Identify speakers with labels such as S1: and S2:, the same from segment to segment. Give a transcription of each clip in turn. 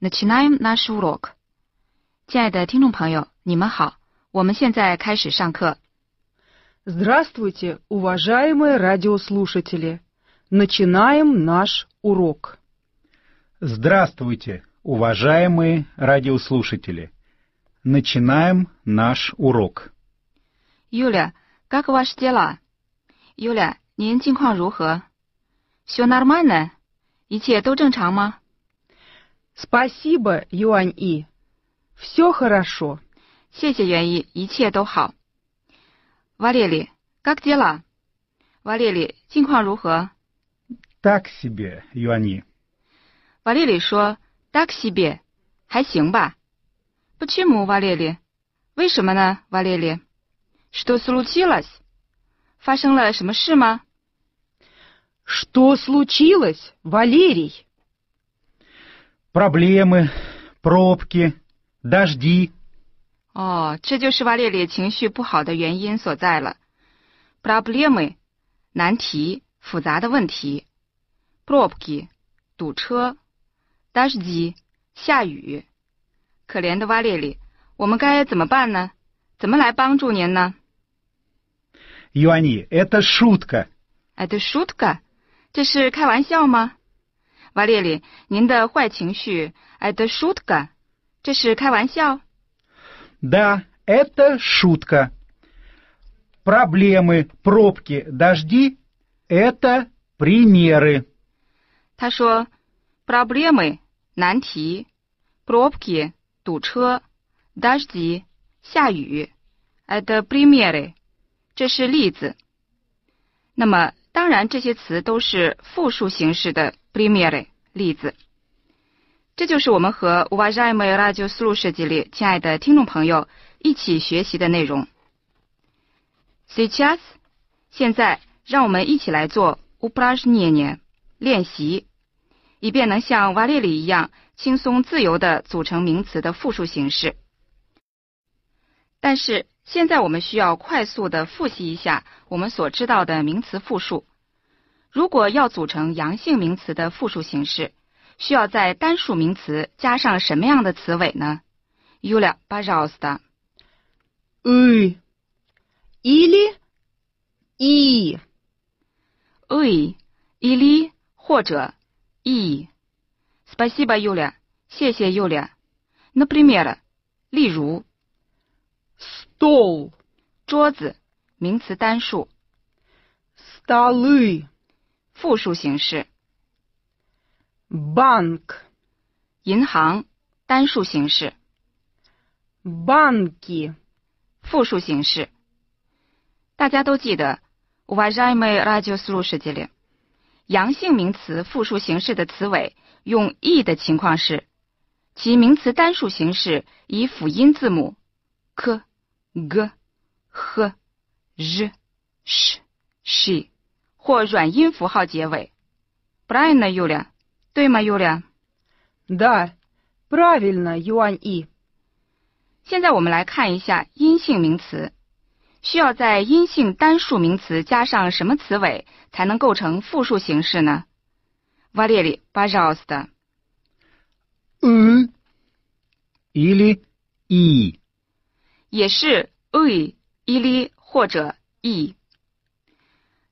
S1: Начинаем наш урок. 亲爱的听众朋友，你们好，我们现在开始上课。
S2: Здравствуйте, уважаемые радиослушатели. Начинаем наш урок.
S3: Здравствуйте, уважаемые радиослушатели. Начинаем наш урок.
S1: Юля, как ваши дела? Юля, 您近况如何？Все нормально? 一切都正常吗？
S2: Спасибо, Юань И. Все хорошо.
S1: 谢谢袁一，一切都好。Валерий, как дела? Валерий，近况如何
S3: Так себе, Юани.
S1: ？Валерий 说，так себе，还行吧。Почему, Валерий？为什么呢，Валерий？Что случилось？发生了什么事吗？
S2: Что случилось, Валерий?
S3: Проблемы, пробки, дожди.
S1: 哦，这就是瓦列里情绪不好的原因所在了。Проблемы，难题，复杂的问题。Пробки，堵车。Дожди，下雨。可怜的瓦列里，我们该怎么办呢？怎么来帮助您呢
S3: Юани, это шутка.
S1: а т шутка，这是开玩笑吗？瓦列里，您的坏情绪 а т шутка，这是开玩笑。
S3: Да, это шутка. Проблемы, пробки, дожди – это примеры.
S1: 他说：“Проблемы 难题，пробки 堵车，дожди 下雨，это примеры 这是例子。那么，当然这些词都是复数形式的 примеры 例子。这就是我们和 уважаемые радиослушатели 亲爱的听众朋友一起学习的内容。Сейчас 现在，让我们一起来做 упражнение 练习，以便能像瓦列里一样轻松自由地组成名词的复数形式。但是现在我们需要快速地复习一下我们所知道的名词复数。如果要组成阳性名词的复数形式，需要在单数名词加上什么样的词尾呢？Юля, пожалуйста。
S2: И. Или и.
S1: и или 或者 и。Спасибо, Юля，谢谢 Юля。Например，例如
S2: Стол.
S1: 桌子，名词单数，
S2: Столы.
S1: 复数形式；
S2: Банк.
S1: 银行，单数形式，
S2: Банки.
S1: 复数形式。大家都记得 уважаемые радиослушатели，阳性名词复数形式的词尾用 e 的情况是，其名词单数形式以辅音字母 k、g、h、r、sh、she 或软音符号结尾。Правильно, Юля？对吗，Юля？
S2: Да. Правильно, Юань И.
S1: 现在我们来看一下阴性名词，需要在阴性单数名词加上什么词尾才能构成复数形式呢？Валерий, пожалуйста。
S3: «ы» или «и».
S1: 也是 e、ili 或者 e。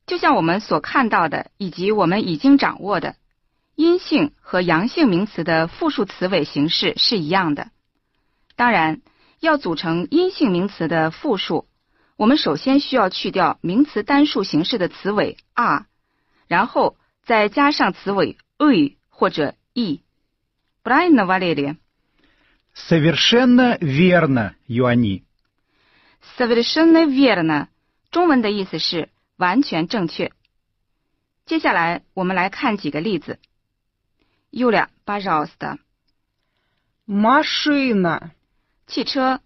S1: 就像我们所看到的，以及我们已经掌握的，阴性和阳性名词的复数词尾形式是一样的。当然，要组成阴性名词的复数，我们首先需要去掉名词单数形式的词尾 r，然后再加上词尾 e 或者 e。Правильно, Валерия?
S3: Совершенно верно, Юани.
S1: Совершенно верно，中文的意思是完全正确。接下来我们来看几个例子。Юля, пожалуйста。
S2: Машина.
S1: 汽车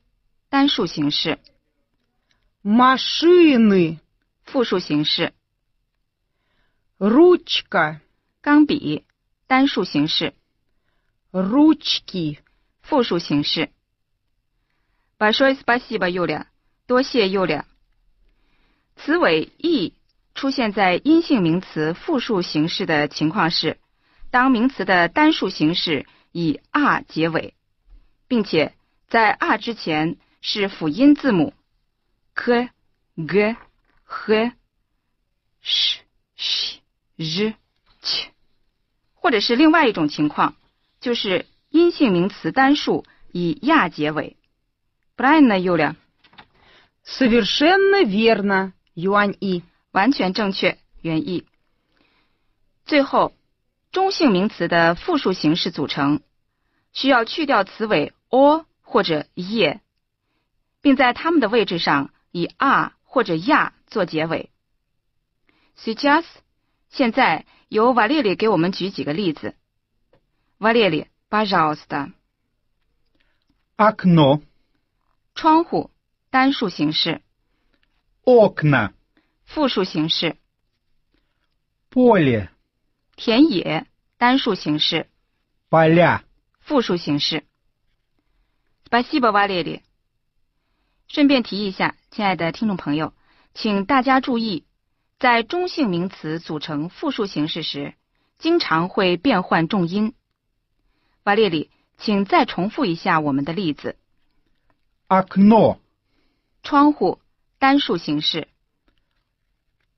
S1: 单数形式，
S2: Машины.
S1: 复数形式，
S2: Ручка.
S1: 钢笔单数形式，
S2: Ручки.
S1: 复数形式。Большое спасибо, Юля，多谢 Юля。词尾 e 出现在阴性名词复数形式的情况是，当名词的单数形式以 r 结尾，并且在 r 之前是辅音字母 k、g、h、sh、sh、r、ch，或者是另外一种情况，就是阴性名词单数以 я 结尾。Правильно, Юля？
S2: Совершенно верно, Юань И.
S1: 完全正确，原意。最后，中性名词的复数形式组成，需要去掉词尾 o 或者 e，并在它们的位置上以 r 或者 я 做结尾。Сейчас，现在由瓦列里给我们举几个例子。瓦列里，пожалуйста，
S3: окно,
S1: 窗户单数形式，
S3: окна,
S1: 复数形式，
S3: поле,
S1: 田野单数形式。
S3: поля,
S1: 复数形式。Спасибо, Валерий。顺便提一下，亲爱的听众朋友，请大家注意，在中性名词组成复数形式时，经常会变换重音。瓦列里，请再重复一下我们的例子：
S3: окно,
S1: 窗户单数形式，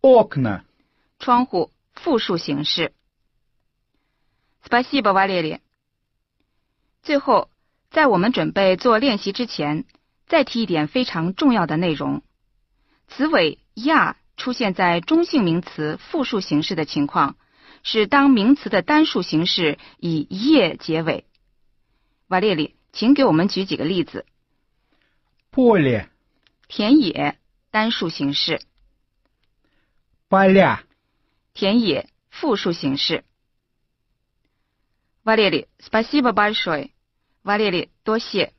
S3: окна,
S1: 窗户复数形式。Спасибо, Валерий。最后，在我们准备做练习之前，再提一点非常重要的内容：词尾 ya 出现在中性名词复数形式的情况，是当名词的单数形式以 ye 结尾。瓦列里，请给我们举几个例子：
S3: поле,
S1: 田野单数形式，
S3: поля,
S1: 田野复数形式。瓦列里，спасибо большое。瓦列里，多谢。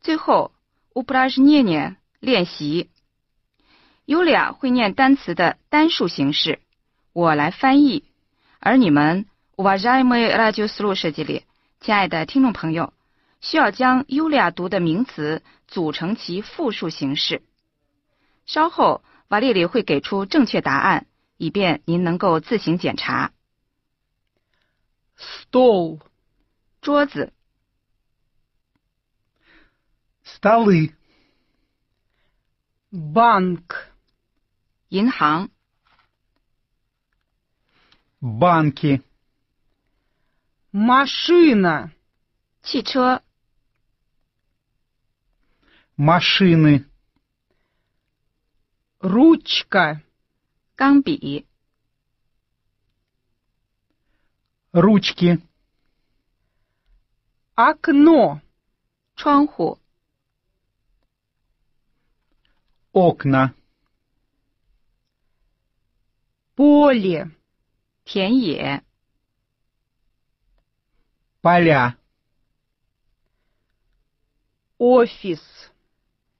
S1: 最后，упражнение 练习。Юлия 会念单词的单数形式，我来翻译，而你们 уважаемые радиослушатели，亲爱的听众朋友，需要将 Юлия 读的名词组成其复数形式。稍后，瓦列里会给出正确答案，以便您能够自行检查。
S2: Стол.
S1: 桌子、
S3: столы,
S2: Банк.
S1: 银行、
S3: банки,
S2: Машина.
S1: 汽车、
S3: машины,
S2: Ручка.
S1: 钢笔、
S3: ручки,
S2: Окно.
S1: 窗户、
S3: окна,
S2: Поле.
S1: 田野、
S3: поля,
S2: Офис.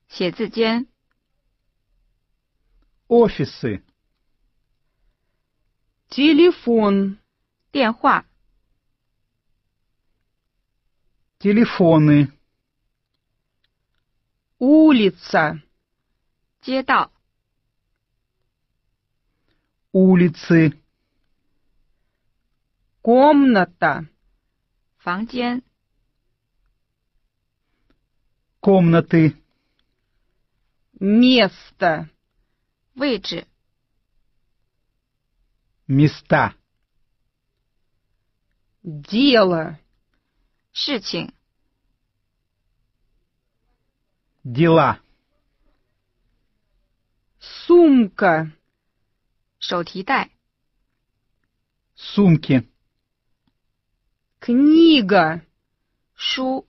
S1: 写字间、
S3: офисы,
S2: Телефон.
S1: 电话、
S3: телефоны,
S2: Улица.
S1: 街道、
S3: улицы,
S2: Комната.
S1: 房间、
S3: комнаты,
S2: Место.
S1: 位置、
S3: места,
S2: Дело.
S1: 事情、
S3: дела,
S2: Сумка.
S1: 手提袋、
S3: сумки,
S2: Книга.
S1: 书、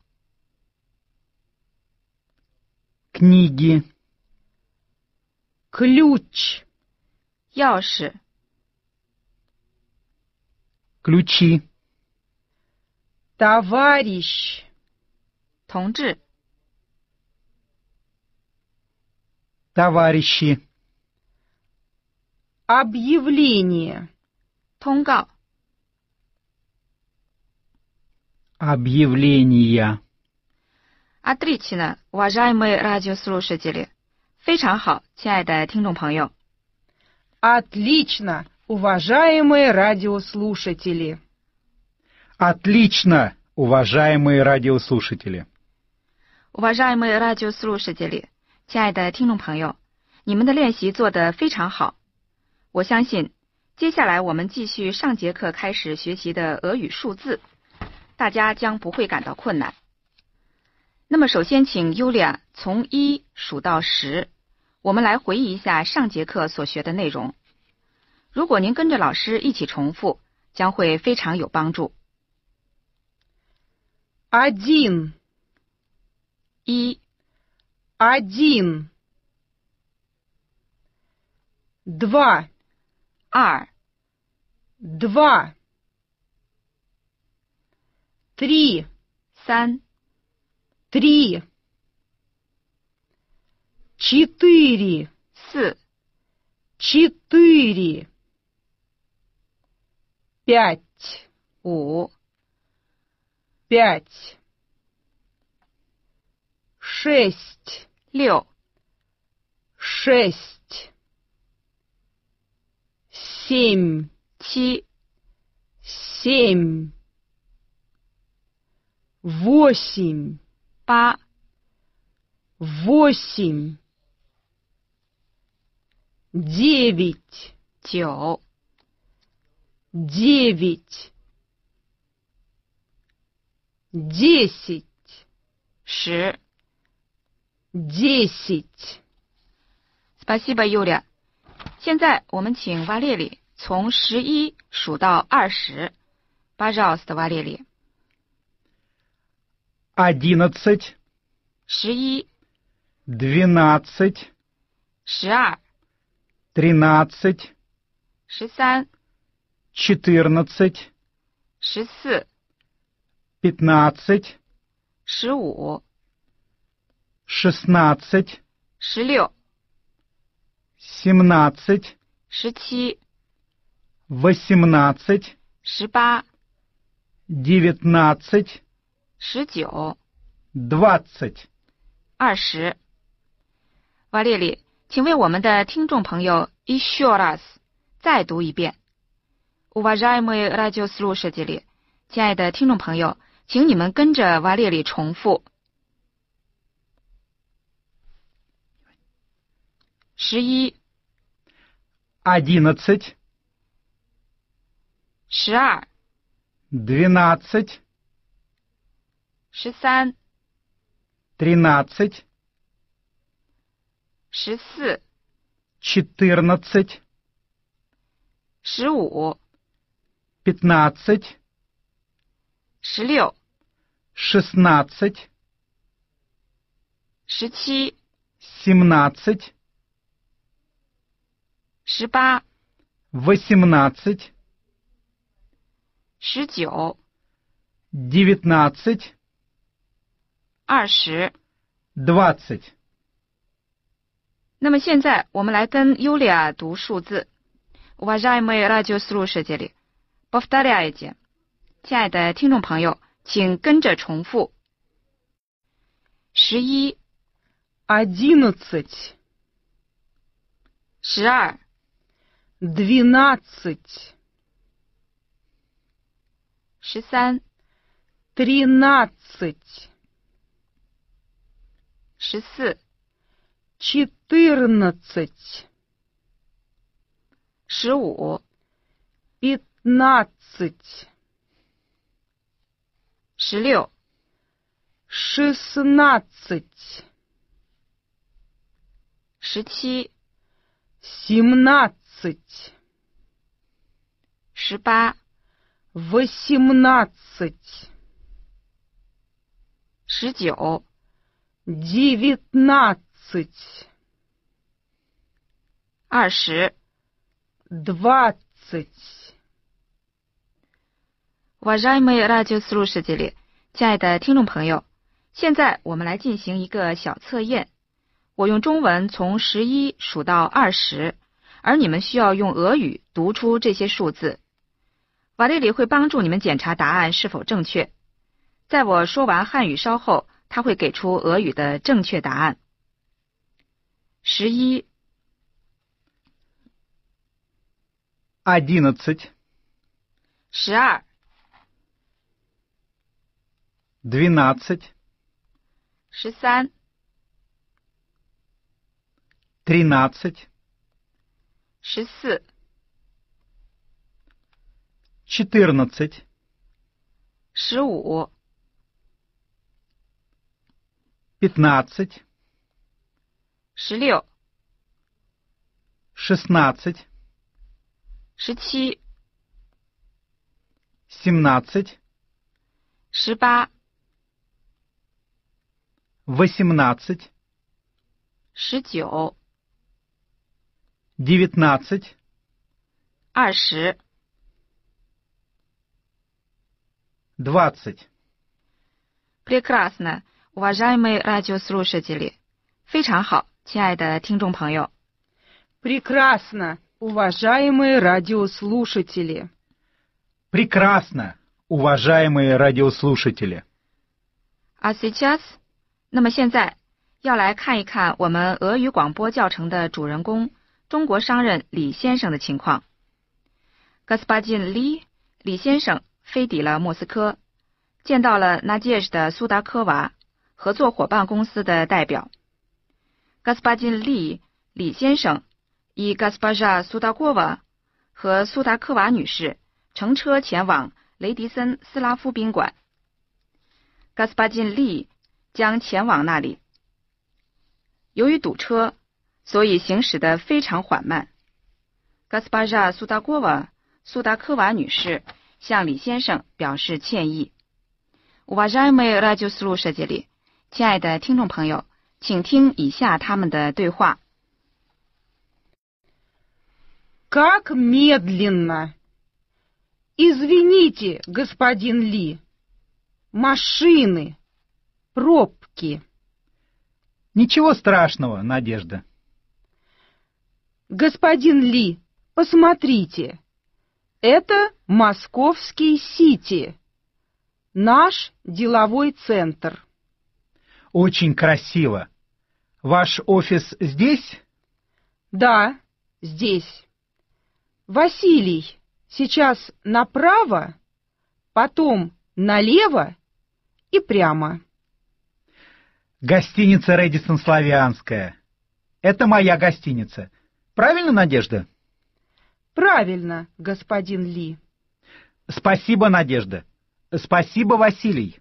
S3: книги,
S2: Ключ.
S1: 钥匙、
S3: ключи,
S2: товарищ,
S1: 同志、
S3: товарищи,
S2: объявление,
S1: 通告、
S3: объявления.
S1: отлично, уважаемые радиослушатели，非常好，亲爱的听众朋友。
S2: отлично, уважаемые радиослушатели.
S3: Отлично, уважаемые радиослушатели.
S1: Уважаемые радиослушатели，亲爱的听众朋友，你们的练习做得非常好。我相信，接下来我们继续上节课开始学习的俄语数字，大家将不会感到困难。那么，首先请尤利亚从一数到十，我们来回忆一下上节课所学的内容。如果您跟着老师一起重复，将会非常有帮助。
S2: Один,
S1: 一、
S2: один. Два,
S1: 二、
S2: два. Три,
S1: 三、
S2: три. Четыре,
S1: 四、
S2: четыре. Пять,
S1: 五、
S2: пять. Шесть,
S1: 六、
S2: шесть. Семь,
S1: 七、
S2: семь. Восемь,
S1: 八。
S2: восемь. Девять,
S1: 九、
S2: девять. Десять,
S1: 十。
S2: десять.
S1: Спасибо, Юля。现在我们请瓦列里从十一数到二十。Пожалуйста, 瓦列里。
S3: Одиннадцать,
S1: 十一、
S3: двенадцать,
S1: 十二、
S3: тринадцать,
S1: 十三、
S3: четырнадцать,
S1: 十四、
S3: пятнадцать,
S1: 十五、
S3: шестнадцать,
S1: 十六、
S3: семнадцать,
S1: 十七、
S3: восемнадцать,
S1: 十八、
S3: девятнадцать,
S1: 十九、
S3: двадцать.
S1: 二十。瓦列里，请为我们的听众朋友 еще раз 再读一遍。Уважаемые радиослушатели，亲爱的听众朋友，请你们跟着瓦列里重复。十一、
S3: Одиннадцать,
S1: 十二、
S3: двенадцать,
S1: 十三、
S3: тринадцать,
S1: 十四、
S3: четырнадцать,
S1: 十五、
S3: пятнадцать,
S1: 十六、
S3: шестнадцать,
S1: 十七、
S3: семнадцать,
S1: 十八、
S3: восемнадцать,
S1: 十九、
S3: девятнадцать,
S1: 二十。
S3: двадцать.
S1: 那么现在我们来跟尤利亚读数字。Уважаемые радиослушатели, повторяйте。亲爱的听众朋友，请跟着重复。十一、
S2: Одиннадцать,
S1: 十二、
S2: двенадцать,
S1: 十三、
S2: тринадцать,
S1: 十四、
S2: четырнадцать,
S1: 十五、
S2: пятнадцать,
S1: 十六、
S2: шестнадцать,
S1: 十七、
S2: семнадцать,
S1: 十八、
S2: восемнадцать,
S1: 十九、
S2: девятнадцать,
S1: 二十、
S2: двадцать,
S1: Уважаемые радиослушатели，亲爱的听众朋友，现在我们来进行一个小测验。我用中文从十一数到二十，而你们需要用俄语读出这些数字。瓦列里会帮助你们检查答案是否正确。在我说完汉语稍后，他会给出俄语的正确答案。十一、
S3: одиннадцать,
S1: 十二、
S3: двенадцать,
S1: 十三、
S3: тринадцать,
S1: 十四、
S3: четырнадцать,
S1: 十五、
S3: пятнадцать,
S1: 十六、
S3: шестнадцать,
S1: 十七、
S3: семнадцать,
S1: 十八、
S3: восемнадцать,
S1: 十九、
S3: девятнадцать,
S1: 二十、
S3: двадцать.
S1: Прекрасно, уважаемые радиослушатели，非常好，亲爱的听众朋友。
S2: Прекрасно, уважаемые радиослушатели.
S3: Прекрасно, уважаемые радиослушатели.
S1: А сейчас，那么现在要来看一看我们俄语广播教程的主人公中国商人李先生的情况。Господин Ли，李先生飞抵了莫斯科，见到了 n a d e ж 的苏达科娃合作伙伴公司的代表。Господин Ли，李先生以 Госпожа 苏达科娃和苏达科娃女士乘车前往雷迪森斯拉夫宾馆。g a s p a r i n Lee 将前往那里。由于堵车，所以行驶得非常缓慢。Gasparja Sudakova 苏达科娃女士向李先生表示歉意。Уважаемые радиослушатели，亲爱的听众朋友，请听以下他们的对话。
S2: Как медленно! Извините, господин Ли. Машины, пробки.
S3: Ничего страшного, Надежда.
S2: Господин Ли, посмотрите. Это Московский Сити. Наш деловой центр.
S3: Очень красиво. Ваш офис здесь?
S2: Да, здесь. Василий, сейчас направо, потом налево и прямо.
S3: Гостиница Редисон Славянская. Это моя гостиница. Правильно, Надежда?
S2: Правильно, господин Ли.
S3: Спасибо, Надежда. Спасибо, Василий.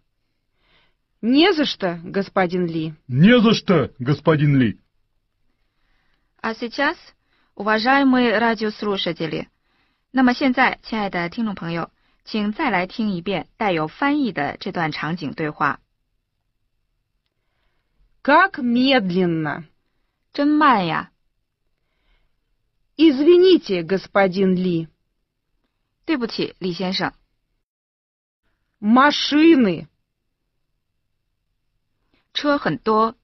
S2: Не за что, господин Ли.
S3: Не за что, господин Ли.
S1: А сейчас, уважаемые 啊 радиослушатели，那么现在，亲爱的听众朋友，请再来听一遍带有翻译的这段场景对话。
S2: Как медленно.
S1: 真慢呀，
S2: Извините, господин Ли.
S1: 对不起，李先生。
S2: Машины,
S1: 车很多，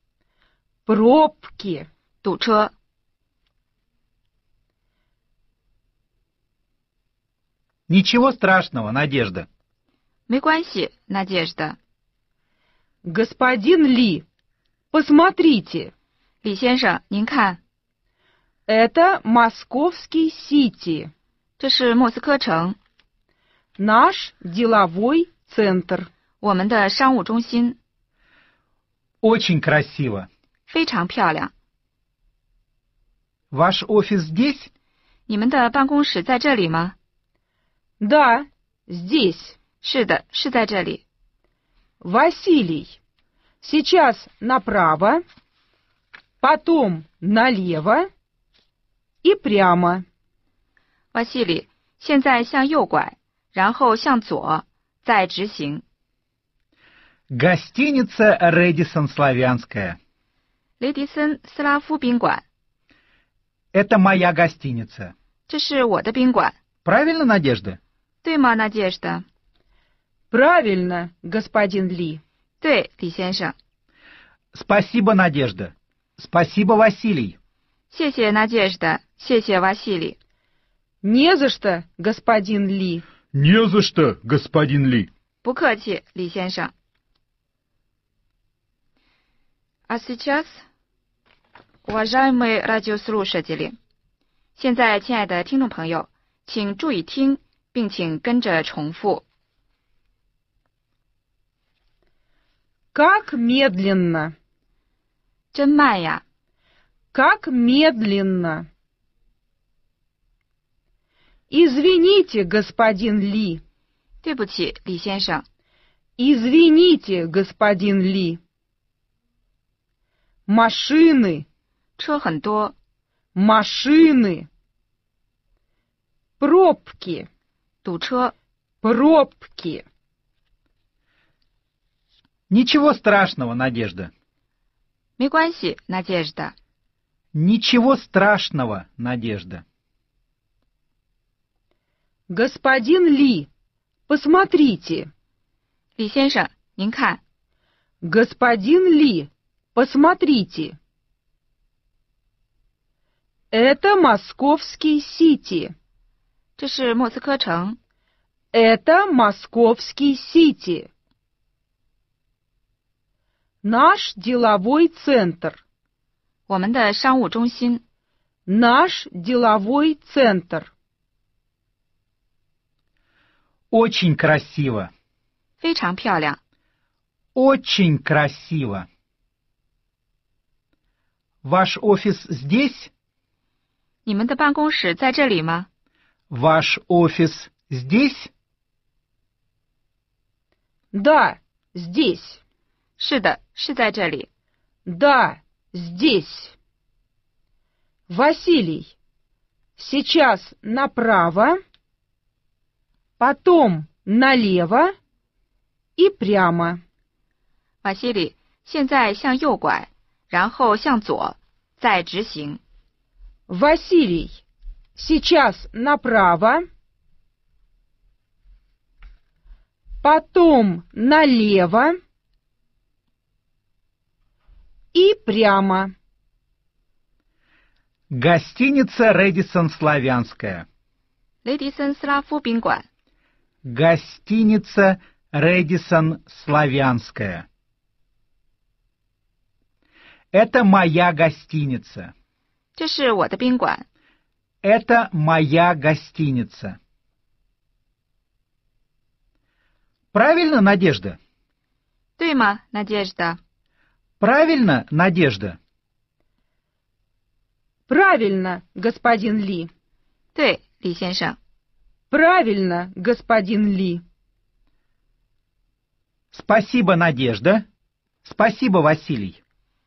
S2: пробки,
S1: 堵车，
S3: Ничего страшного, Надежда.
S1: 没关系，那解释的。
S2: господин Ли. Посмотрите,
S1: 李先生，您看，
S2: это Московский Сити.
S1: 这是莫斯科城，
S2: Наш деловой центр.
S1: 我们的商务中心，
S3: Очень красиво.
S1: 非常漂亮。
S3: Ваш офис здесь?
S1: 你们的办公室在这里吗？
S2: Да, здесь.
S1: 是的，是在这里。
S2: Василий. Сейчас направо, потом налево и прямо.
S1: 瓦西里，现在向右拐，然后向左，再直行。
S3: Гостиница Редисон Славянская.
S1: 雷迪森斯拉夫宾馆，
S3: Это моя гостиница.
S1: 这是我的宾馆，
S3: Правильно, Надежда?
S1: 对吗？那解释的。
S2: Правильно, господин Ли.
S1: 对，李先生，
S3: Спасибо, Надежда. Спасибо, Василий.
S1: 谢谢 Надежда，谢谢 Василий。
S2: Не за что, господин Ли.
S3: Не за что, господин Ли.
S1: 不客气，李先生。А сейчас, уважаемые радиослушатели，现在，亲爱的听众朋友，请注意听，并请跟着重复。
S2: Как медленно,
S1: 真慢呀，
S2: как медленно. Извините, господин Ли.
S1: 对不起，李先生。
S2: Извините, господин Ли. Машины,
S1: 车很多，
S2: машины. Пробки,
S1: 堵车，
S2: пробки.
S3: Ничего страшного, Надежда.
S1: 没关系，Надежда。
S3: Ничего страшного, Надежда.
S2: Господин Ли, посмотрите.
S1: 李先生，您看，
S2: Господин Ли, посмотрите. Это Московский Сити.
S1: 这是莫斯科城，
S2: Это Московский Сити. Наш деловой центр.
S1: 我们的商务中心，
S2: Наш деловой центр.
S3: Очень красиво.
S1: 非常漂亮。
S3: Очень красиво. Ваш офис здесь?
S1: 你们的办公室在这里吗？
S3: Ваш офис здесь?
S2: Да, здесь.
S1: 是的，是在这里。
S2: Да, здесь. Василий, сейчас направо, потом налево и прямо.
S1: 瓦西里，现在向右拐，然后向左，再直行。
S2: Василий, сейчас направо, потом налево и прямо.
S3: Гостиница «Рэдисон Славянская».
S1: 雷迪森斯拉夫宾馆，
S3: Гостиница «Рэдисон Славянская». Это моя гостиница.
S1: 这是我的宾馆。
S3: Это моя гостиница. Правильно, Надежда?
S1: 对吗，Надежда？
S3: Правильно, Надежда?
S2: Правильно, господин Ли.
S1: 对，李先生。
S2: Правильно, господин Ли.
S3: Спасибо, Надежда. Спасибо, Василий.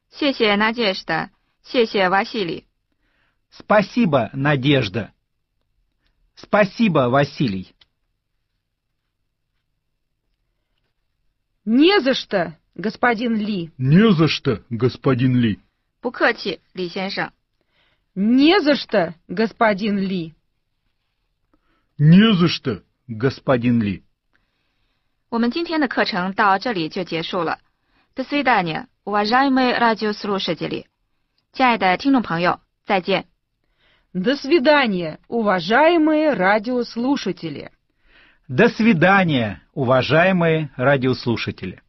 S1: 谢谢 Надежda，谢谢瓦西里。
S3: Спасибо, Надежда. Спасибо, Василий.
S2: Не за что, господин Ли.
S3: Не за что, господин Ли.
S1: 不客气，李先生。
S2: Не за что, господин Ли.
S3: Не за что, господин Ли.
S1: 我们今天的课程到这里就结束了。До свидания, уважаемые радиослушатели。亲爱的听众朋友，再见。
S2: До свидания, уважаемые радиослушатели.
S3: До свидания, уважаемые радиослушатели.